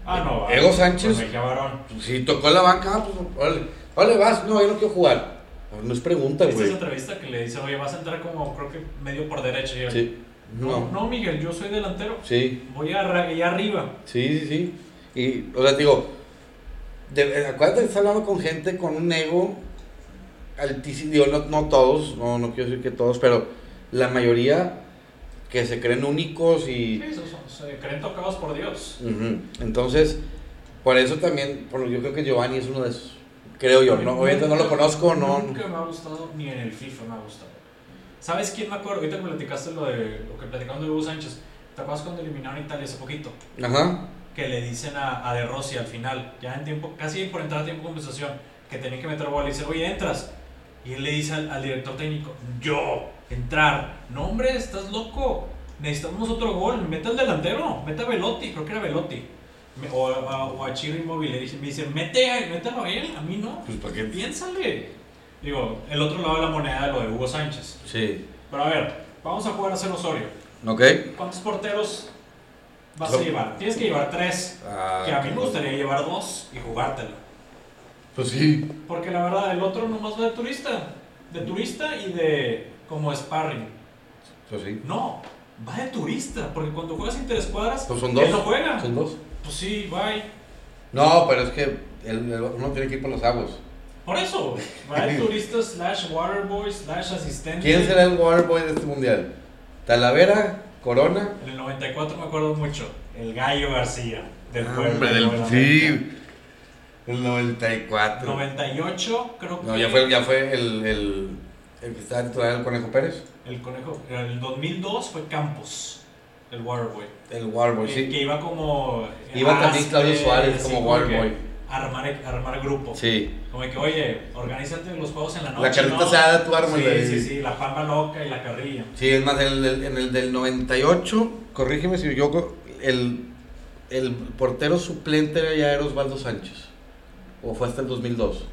Speaker 1: Ah, no, va.
Speaker 2: Ego Sánchez.
Speaker 1: Pues Mejía Barón.
Speaker 2: Si tocó la banca, ah, pues, órale, órale, vas, no, yo no quiero jugar. No es pregunta,
Speaker 1: ¿Viste esa
Speaker 2: güey.
Speaker 1: entrevista que le dice, oye, vas a entrar como, creo que medio por derecha? Y él,
Speaker 2: Sí.
Speaker 1: No,
Speaker 2: No.
Speaker 1: no, Miguel, yo soy delantero.
Speaker 2: Sí,
Speaker 1: Voy a ra- allá arriba.
Speaker 2: sí, sí, sí. Y, o sea, te digo, de- acuérdate que estás hablando con gente con un ego altísimo. Digo, no, no todos, no, no quiero decir que todos, pero la mayoría que se creen únicos y.
Speaker 1: Sí, esos son- se creen tocados por Dios.
Speaker 2: Ujú. Entonces, por eso también, por, yo creo que Giovanni es uno de esos. Creo yo, no, obviamente no lo conozco, no.
Speaker 1: Nunca me ha gustado, ni en el FIFA me ha gustado. ¿Sabes quién me acuerdo? Ahorita que platicaste lo de lo que platicamos de Hugo Sánchez. ¿Te acuerdas cuando eliminaron a Italia hace poquito?
Speaker 2: Ajá.
Speaker 1: Que le dicen a, a De Rossi al final, ya en tiempo, casi por entrar a tiempo de compensación, que tenía que meter bola y dice, oye, entras. Y él le dice al, al director técnico, yo, entrar. No, hombre, estás loco. Necesitamos otro gol. Mete al delantero, mete a Velotti, creo que era Velotti. Me- O, a- o a Chiro Immobile. Le dije- Me dice, mete, mételo a él, a mí no.
Speaker 2: Pues, ¿para qué?
Speaker 1: Piénsale. Digo, el otro lado de la moneda lo de Hugo Sánchez.
Speaker 2: Sí.
Speaker 1: Pero a ver, vamos a jugar a ser Osorio.
Speaker 2: ¿Ok?
Speaker 1: ¿Cuántos porteros vas
Speaker 2: Yo-
Speaker 1: a llevar? Tienes que llevar tres.
Speaker 2: Ah,
Speaker 1: Que a mí me gustaría llevar dos y jugártelo.
Speaker 2: Pues sí.
Speaker 1: Porque la verdad, el otro nomás va de turista. De turista y de como sparring.
Speaker 2: Pues sí.
Speaker 1: No, va de turista. Porque cuando juegas interescuadras,
Speaker 2: Pues son
Speaker 1: él
Speaker 2: dos.
Speaker 1: no juega.
Speaker 2: Son dos.
Speaker 1: Pues sí, bye.
Speaker 2: No, pero es que el- el- uno tiene que ir por los aguas.
Speaker 1: Por eso, va de turista slash waterboy slash asistente.
Speaker 2: ¿Quién será el waterboy de este mundial? ¿Talavera? ¿Corona?
Speaker 1: En el 94 me acuerdo mucho. El Gallo García, del
Speaker 2: Ah,
Speaker 1: pueblo.
Speaker 2: hombre, del- sí. El 94.
Speaker 1: 98, creo que.
Speaker 2: No, ya fue, ya fue el, el, el que estaba titular el Conejo Pérez.
Speaker 1: El conejo. El 2002 fue Campos, el Waterboy.
Speaker 2: El Ah, waterboy,
Speaker 1: que,
Speaker 2: Pues sí.
Speaker 1: que iba como.
Speaker 2: Iba también
Speaker 1: arrastre,
Speaker 2: Claudio Suárez
Speaker 1: así
Speaker 2: como
Speaker 1: que
Speaker 2: waterboy.
Speaker 1: Armar, e, armar grupo.
Speaker 2: Sí.
Speaker 1: Como que, oye, organízate los juegos en la noche.
Speaker 2: La carrita
Speaker 1: ¿no?
Speaker 2: asada, tú ármala.
Speaker 1: Sí, sí, sí, la pamba loca y la carrilla.
Speaker 2: Sí, es más, en el, en el del 98, corrígeme si yo, co- el, el portero suplente era ya era Osvaldo Sánchez. O fue hasta el 2002.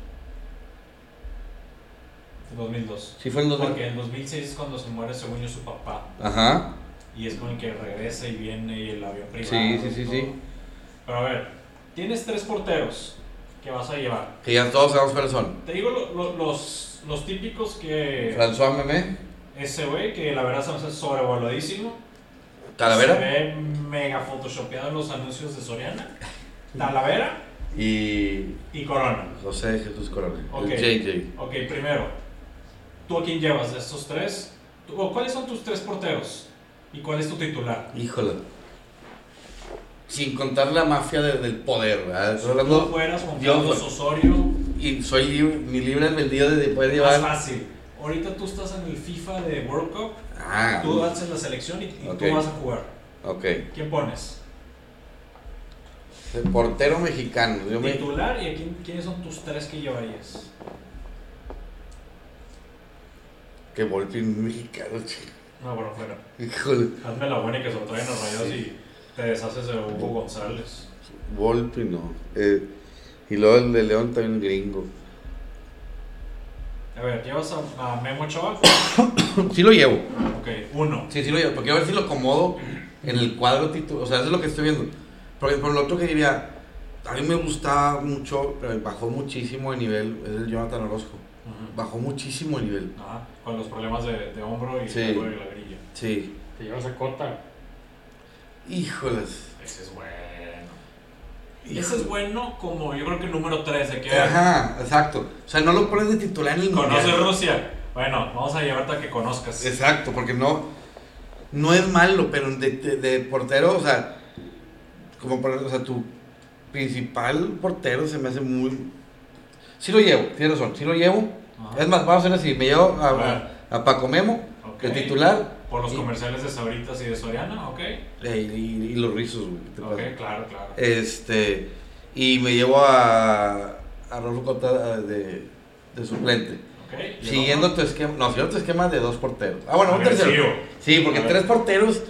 Speaker 1: 2002.
Speaker 2: Sí, fue en 2000.
Speaker 1: Porque en 2006 es cuando se muere, según yo, su papá.
Speaker 2: Ajá.
Speaker 1: Y es con el que regresa y viene y el avión privado.
Speaker 2: Sí, sí,
Speaker 1: y
Speaker 2: sí,
Speaker 1: todo.
Speaker 2: sí.
Speaker 1: Pero a ver, tienes tres porteros que vas a llevar.
Speaker 2: Que ya todos sabemos cuáles son.
Speaker 1: Te digo lo- lo- los, los típicos que...
Speaker 2: François Memé,
Speaker 1: Ese güey que la verdad se me hace sobrevaluadísimo. Se
Speaker 2: Talavera
Speaker 1: ve mega photoshopeado en los anuncios de Soriana. Talavera
Speaker 2: y
Speaker 1: y Corona.
Speaker 2: José Jesús Coronel.
Speaker 1: Ok.
Speaker 2: El JJ.
Speaker 1: Ok, primero, ¿tú a quién llevas de estos tres? Tú- o ¿Cuáles son tus tres porteros? ¿Y cuál es tu titular?
Speaker 2: Híjole. Sin contar la mafia de- del poder, ¿verdad? Estoy
Speaker 1: Tú
Speaker 2: hablando.
Speaker 1: fueras con
Speaker 2: Dios,
Speaker 1: Carlos
Speaker 2: güey.
Speaker 1: Osorio,
Speaker 2: Y soy libre, mi libre albedrío de poder
Speaker 1: más
Speaker 2: llevar.
Speaker 1: fácil. Ahorita tú estás en el FIFA de World Cup,
Speaker 2: Ah,
Speaker 1: tú haces la selección y, y
Speaker 2: Ok.
Speaker 1: tú vas a jugar.
Speaker 2: ok.
Speaker 1: ¿Quién pones?
Speaker 2: El portero mexicano. Yo me-
Speaker 1: Titular y a quién, quiénes son tus tres que llevarías.
Speaker 2: Que golpe mexicano, chico.
Speaker 1: No, bueno, fuera.
Speaker 2: Híjole.
Speaker 1: Hazme la buena y que se lo traen a rayos
Speaker 2: Sí.
Speaker 1: y te deshaces de Hugo González.
Speaker 2: Volpi no. Eh, y luego el de León también gringo.
Speaker 1: A ver, ¿llevas a, a Memo Ochoa?
Speaker 2: Sí lo llevo.
Speaker 1: Ok, uno.
Speaker 2: Sí, sí lo llevo. Porque a ver si lo acomodo en el cuadro título. O sea, eso es lo que estoy viendo. Porque por lo otro que diría, a mí me gustaba mucho, pero bajó muchísimo de nivel. Es el Jonathan Orozco.
Speaker 1: Ujú.
Speaker 2: Bajó muchísimo de nivel.
Speaker 1: Ajá, con los problemas de, de hombro y
Speaker 2: Sí.
Speaker 1: luego de la grilla.
Speaker 2: Sí.
Speaker 3: Te llevas a Cota.
Speaker 2: Híjoles.
Speaker 1: Ese es bueno.
Speaker 2: Híjoles.
Speaker 1: Ese es bueno como yo creo que el número 3 de que
Speaker 2: Ajá, exacto. O sea, no lo pones de titular ni
Speaker 1: conoces Rusia. Bueno, vamos a llevarte a que conozcas.
Speaker 2: Exacto, porque no, no es malo, pero de, de- de portero, o sea, como por- o sea, tu principal portero se me hace muy... Sí lo llevo, tienes razón, sí lo llevo.
Speaker 1: Ajá.
Speaker 2: Es más, vamos a hacer así, me llevo a,
Speaker 1: Bueno.
Speaker 2: a Paco Memo,
Speaker 1: Ok.
Speaker 2: el titular,
Speaker 1: Por los
Speaker 2: Y-
Speaker 1: comerciales de Sabritas y de Soriana, ok.
Speaker 2: eh, y, y los rizos, güey. ¿qué te
Speaker 1: Ok,
Speaker 2: pasa?
Speaker 1: claro, claro.
Speaker 2: Este, y me llevo a, a Rolfo Cota eh, de, de suplente.
Speaker 1: okay. ¿y el
Speaker 2: Siguiendo
Speaker 1: otro?
Speaker 2: tu esquema, no, siguiendo tu esquema de dos porteros. Ah, bueno, un tercero.
Speaker 1: Agresivo.
Speaker 2: Sí, porque
Speaker 1: A ver.
Speaker 2: tres porteros.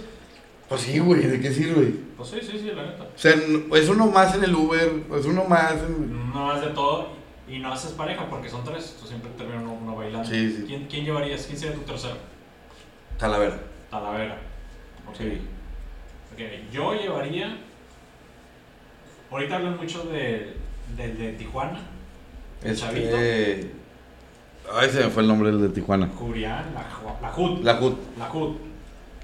Speaker 2: Pues sí, güey, ¿de qué sirve?
Speaker 1: Pues sí, sí, sí, la neta.
Speaker 2: O sea, n- es uno más en el Uber, es uno más en.
Speaker 1: No haces de todo y no haces pareja porque son tres. Tú siempre terminas uno, uno bailando.
Speaker 2: Sí, sí.
Speaker 1: ¿Quién, quién llevarías? ¿Quién sería tu tercero?
Speaker 2: Talavera.
Speaker 1: Talavera. Ok.
Speaker 2: Sí.
Speaker 1: Ok, Yo llevaría. Ahorita hablan mucho de, del de Tijuana. El chavito.
Speaker 2: Este. Ay, se me fue el nombre del de Tijuana.
Speaker 1: Julián, la, Ju- la Jud.
Speaker 2: La Jut.
Speaker 1: La Jud.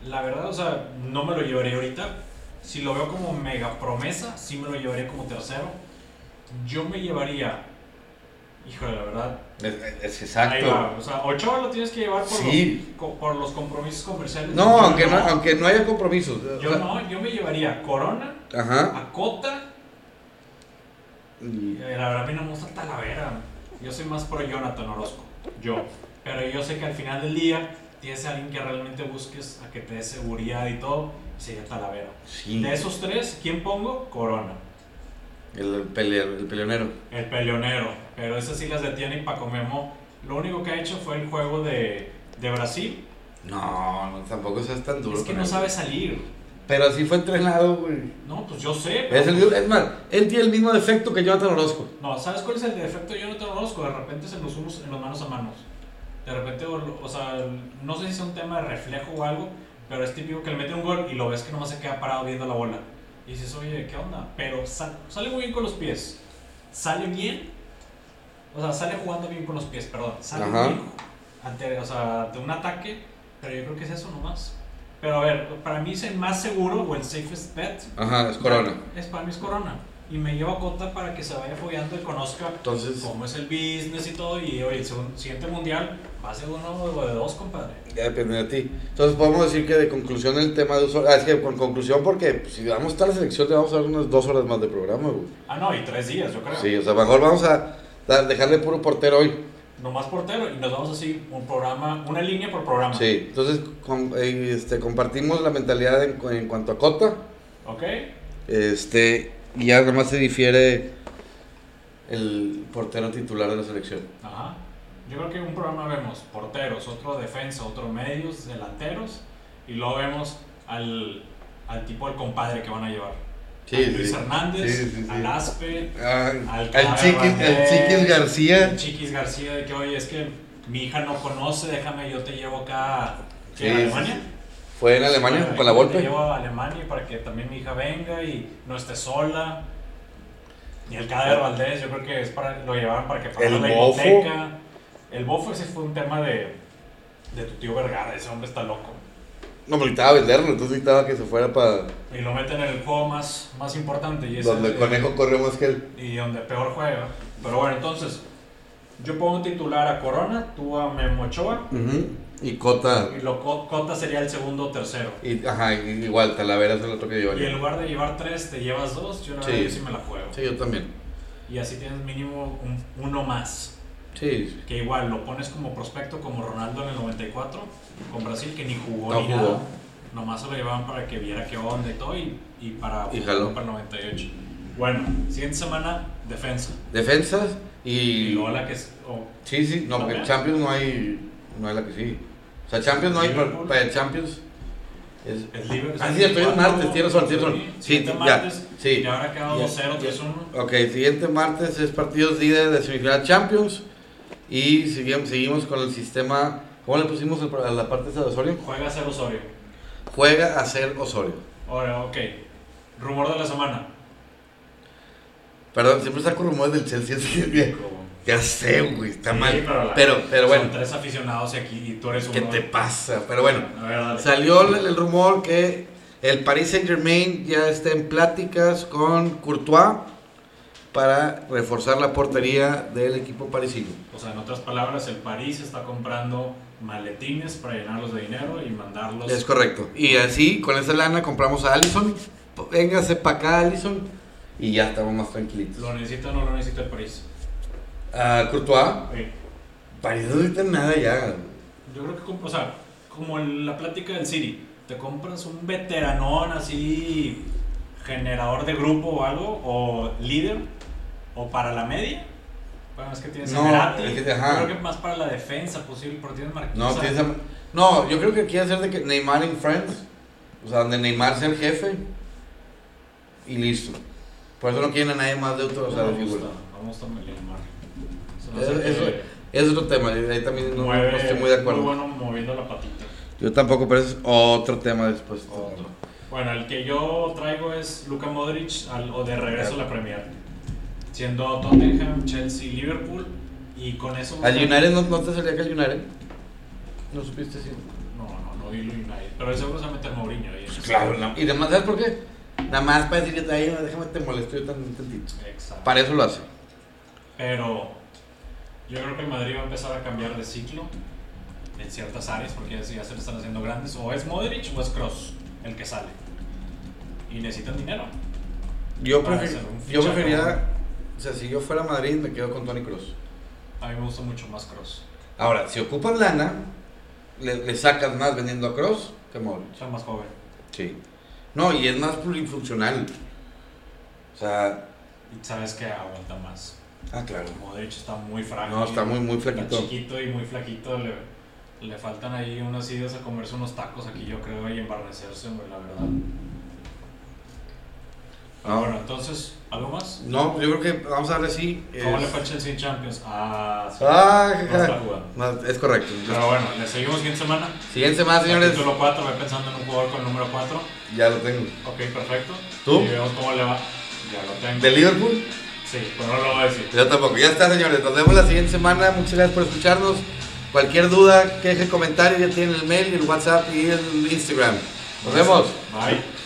Speaker 1: La verdad, o sea, no me lo llevaría ahorita. Si lo veo como mega promesa, sí me lo llevaría como tercero. Yo me llevaría. Híjole, la verdad.
Speaker 2: Es, es
Speaker 1: Ahí va.
Speaker 2: exacto.
Speaker 1: O sea, Ochoa lo tienes que llevar por,
Speaker 2: Sí.
Speaker 1: los, co- por los compromisos comerciales.
Speaker 2: No,
Speaker 1: Yo
Speaker 2: aunque no, aunque no haya compromisos. o
Speaker 1: Yo
Speaker 2: sea,
Speaker 1: no, yo me llevaría Corona,
Speaker 2: Ajá.
Speaker 1: a Cota.
Speaker 2: Y-
Speaker 1: Eh, La verdad, a mí no me gusta Talavera. Yo soy más pro Jonathan Orozco. Yo. Pero yo sé que al final del día tienes a alguien que realmente busques a que te dé seguridad y todo. Sería Talavera.
Speaker 2: Sí.
Speaker 1: De esos tres, ¿quién pongo? Corona.
Speaker 2: El, peleo- el peleonero.
Speaker 1: El peleonero. Pero esas sí las detiene y Paco Memo. Lo único que ha hecho fue el juego de, de Brasil.
Speaker 2: No, no, tampoco seas tan duro.
Speaker 1: Es que
Speaker 2: con
Speaker 1: no
Speaker 2: él.
Speaker 1: sabe salir.
Speaker 2: Pero sí fue entrenado, güey.
Speaker 1: No, pues yo sé. pero-
Speaker 2: Es, el- es más, él tiene el mismo defecto que Jonathan Orozco.
Speaker 1: No, ¿sabes cuál es el defecto de Jonathan Orozco? De repente se los humos en los manos a manos. De repente, o, lo- o sea, no sé si es un tema de reflejo o algo, pero es típico que le mete un gol y lo ves que nomás se queda parado viendo la bola. Y dices, oye, ¿qué onda? Pero sa- sale muy bien con los pies. Sale bien. O sea, sale jugando bien con los pies, perdón. Sale
Speaker 2: Ajá.
Speaker 1: bien ante, o sea, ante un ataque, pero yo creo que es eso nomás. Pero a ver, para mí es el más seguro o el safest bet
Speaker 2: Ajá, es Corona.
Speaker 1: es para mí es corona. Y me llevo a Cota para que se vaya fogueando y conozca
Speaker 2: Entonces,
Speaker 1: cómo es el business y todo. Y oye, el segun- siguiente mundial va a ser uno o de dos, compadre.
Speaker 2: ya depende de ti. Entonces, podemos decir que de conclusión el tema de uso. Ah, es que con conclusión, porque pues, si vamos a estar en la selección, te vamos a dar unas dos horas más de programa, güey.
Speaker 1: Ah, no, y tres días, yo creo.
Speaker 2: Sí, o sea, mejor vamos a dar- dejarle puro portero hoy.
Speaker 1: Nomás portero y nos vamos así un programa, una línea por programa.
Speaker 2: Sí, entonces com- eh, este, compartimos la mentalidad en, cu- en cuanto a Cota.
Speaker 1: ¿Ok?
Speaker 2: Este, y ya además se difiere el portero titular de la selección.
Speaker 1: Ajá. Yo creo que un programa vemos porteros, otro defensa, otro medios, delanteros. Y luego vemos al, al tipo, al compadre que van a llevar. a Luis Hernández,
Speaker 2: Sí, sí, sí.
Speaker 1: al Aspe,
Speaker 2: Ah,
Speaker 1: Al
Speaker 2: al, chiquis, al Chiquis García.
Speaker 1: Chiquis García de que, oye, es que mi hija no conoce, déjame, yo te llevo acá a
Speaker 2: Sí, sí,
Speaker 1: Alemania.
Speaker 2: sí. Fue en Alemania
Speaker 1: Bueno,
Speaker 2: con la
Speaker 1: yo Te
Speaker 2: Volpe.
Speaker 1: llevo a Alemania para que también mi hija venga y no esté sola. Y el cadáver Valdés, yo creo que es para, lo llevaban para que pagara
Speaker 2: El
Speaker 1: la
Speaker 2: bofo.
Speaker 1: hipoteca. El bofo ese fue un tema de, de tu tío Vergara, ese hombre está loco.
Speaker 2: No, me necesitaba venderlo, entonces necesitaba que se fuera para
Speaker 1: Y lo meten en el juego más, más importante. Y es
Speaker 2: donde
Speaker 1: el-
Speaker 2: el conejo corrió más que él.
Speaker 1: y donde peor juega. Pero bueno, entonces, yo pongo titular a Corona, tú a Memo Ochoa,
Speaker 2: Ujú. Y Cota.
Speaker 1: y lo, Co- Cota sería el segundo o tercero.
Speaker 2: Y, ajá, y- igual, Talavera es el otro que yo.
Speaker 1: Y en lugar de llevar tres, te llevas dos, yo la verdad
Speaker 2: Sí.
Speaker 1: yo sí me la juego.
Speaker 2: Sí, yo también.
Speaker 1: Y así tienes mínimo un- uno más.
Speaker 2: Sí,
Speaker 1: Que igual lo pones como prospecto, como Ronaldo en el 94, con Brasil, que ni jugó
Speaker 2: No
Speaker 1: ni
Speaker 2: jugó.
Speaker 1: nada. Nomás se lo llevaban para que viera qué onda y todo, y, y para,
Speaker 2: Y jaló.
Speaker 1: para el 98. Bueno, siguiente semana, defensa.
Speaker 2: defensas
Speaker 1: Y
Speaker 2: y.
Speaker 1: luego la que es. o-
Speaker 2: Sí, sí, no, porque en Champions no hay. No hay la que sí. O sea, Champions no hay. pero Para Champions. Es,
Speaker 1: Es libre.
Speaker 2: Ah, sí, estoy en martes, tienes razón, tienes razón.
Speaker 1: Sí,
Speaker 2: Sí,
Speaker 1: este
Speaker 2: ya,
Speaker 1: martes,
Speaker 2: sí.
Speaker 1: ya habrá quedado
Speaker 2: Ya,
Speaker 1: 2-0,
Speaker 2: ya.
Speaker 1: 3-1.
Speaker 2: Ok, siguiente martes es partidos líderes de semifinal Champions. Y seguimos, seguimos con el sistema. ¿Cómo le pusimos el- a la parte esa de Osorio?
Speaker 1: Juega 0 Osorio.
Speaker 2: Juega a ser Osorio.
Speaker 1: Ahora, ok. Rumor de la semana.
Speaker 2: Perdón, siempre saco rumores del Chelsea. así que- ya sé, güey, está
Speaker 1: Sí,
Speaker 2: mal.
Speaker 1: pero la-
Speaker 2: Pero, pero
Speaker 1: Son
Speaker 2: bueno,
Speaker 1: tres aficionados y aquí y tú eres uno.
Speaker 2: ¿qué te pasa? Pero bueno,
Speaker 1: A ver, dale.
Speaker 2: salió el, el rumor que el Paris Saint Germain ya está en pláticas con Courtois para reforzar la portería del equipo parisino.
Speaker 1: O sea, en otras palabras, el París está comprando maletines para llenarlos de dinero y mandarlos.
Speaker 2: Es correcto. Y así, con esa lana compramos a Allison. P- Véngase para acá, Allison. Y ya estamos más tranquilitos.
Speaker 1: ¿Lo necesita o no lo necesita el París?
Speaker 2: A Courtois,
Speaker 1: Oye,
Speaker 2: París no necesita nada ya.
Speaker 1: Yo creo que, comp- o sea, como en la plática del City, te compras un veteranón así, generador de grupo o algo, o líder, o para la media. Bueno, es que tienes a
Speaker 2: No,
Speaker 1: Verratti,
Speaker 2: es que-
Speaker 1: yo
Speaker 2: ajá.
Speaker 1: creo que más para la defensa posible, porque tienes Marquinhos.
Speaker 2: No,
Speaker 1: o sea,
Speaker 2: tienes a- no, yo creo que quiere hacer de que Neymar en Friends. O sea, donde Neymar sea el jefe. Y listo. Por eso no quieren a nadie más de otro. O sea,
Speaker 1: no
Speaker 2: de
Speaker 1: me gusta,
Speaker 2: figura.
Speaker 1: no me gusta Neymar. Se me
Speaker 2: Eso,
Speaker 1: hace
Speaker 2: Eh, eso,
Speaker 1: que
Speaker 2: es otro tema. Ahí también no, no
Speaker 1: mueve-
Speaker 2: estoy muy de
Speaker 1: muy
Speaker 2: acuerdo.
Speaker 1: bueno moviendo la patita.
Speaker 2: Yo tampoco, pero es otro tema después.
Speaker 1: Otro. Bueno, el que yo traigo es Luka Modric al- o de regreso a la Premier. Siendo Tottenham, Chelsea, Liverpool. Y con eso.
Speaker 2: Al United no, no te salía que al United. No supiste si.
Speaker 1: No, no, no vi el United. Pero de seguro se va a meter Mourinho. y eso.
Speaker 2: no. Y además, ¿sabes por qué? Nada más para decir que ahí, déjame te molesto yo tan- tantito.
Speaker 1: Exacto.
Speaker 2: Para eso lo hace.
Speaker 1: Pero yo creo que el Madrid va a empezar a cambiar de ciclo en ciertas áreas porque ya, se- ya se le están haciendo grandes. O es Modric o es Cross el que sale. Y necesitan dinero.
Speaker 2: Yo,
Speaker 1: Para
Speaker 2: prefer-
Speaker 1: hacer un
Speaker 2: yo
Speaker 1: fichaje.
Speaker 2: preferiría. O sea, si yo fuera a Madrid, me quedo con Tony Cruz.
Speaker 1: A mí me gusta mucho más Cross.
Speaker 2: Ahora, si ocupas lana, le, le sacas más vendiendo a Cross que a Modric.
Speaker 1: Soy más joven.
Speaker 2: Sí. No, y es más plurifuncional. O sea.
Speaker 1: Y sabes que aguanta más.
Speaker 2: Ah, claro.
Speaker 1: Modric está muy frágil.
Speaker 2: No, está muy, muy
Speaker 1: está
Speaker 2: flaquito.
Speaker 1: chiquito y muy flaquito. Le, le faltan ahí unas ideas a comerse unos tacos aquí, yo creo, y embarnecerse, güey, la verdad. Pero
Speaker 2: Ah.
Speaker 1: bueno, entonces, ¿algo más?
Speaker 2: No, yo creo que vamos a darle sí.
Speaker 1: ¿Cómo le
Speaker 2: es-
Speaker 1: fue al Chelsea en Champions? Ah, sí.
Speaker 2: Ah,
Speaker 1: No
Speaker 2: ja,
Speaker 1: está
Speaker 2: ja.
Speaker 1: jugando.
Speaker 2: No, es correcto.
Speaker 1: Pero bueno, le seguimos siguiente semana.
Speaker 2: Siguiente semana, Ah, señores.
Speaker 1: Capítulo 4, voy pensando en un jugador con el número 4.
Speaker 2: Ya lo tengo.
Speaker 1: Ok, perfecto.
Speaker 2: ¿Tú?
Speaker 1: Y vemos cómo le va. Ya lo tengo.
Speaker 2: ¿De Liverpool?
Speaker 1: Sí, pero no lo voy a decir.
Speaker 2: Yo tampoco. Ya está, señores. Nos vemos la siguiente semana. Muchas gracias por escucharnos. Cualquier duda, queje, comentario, ya tienen el mail, el WhatsApp y el Instagram. Nos vemos.
Speaker 1: Bye.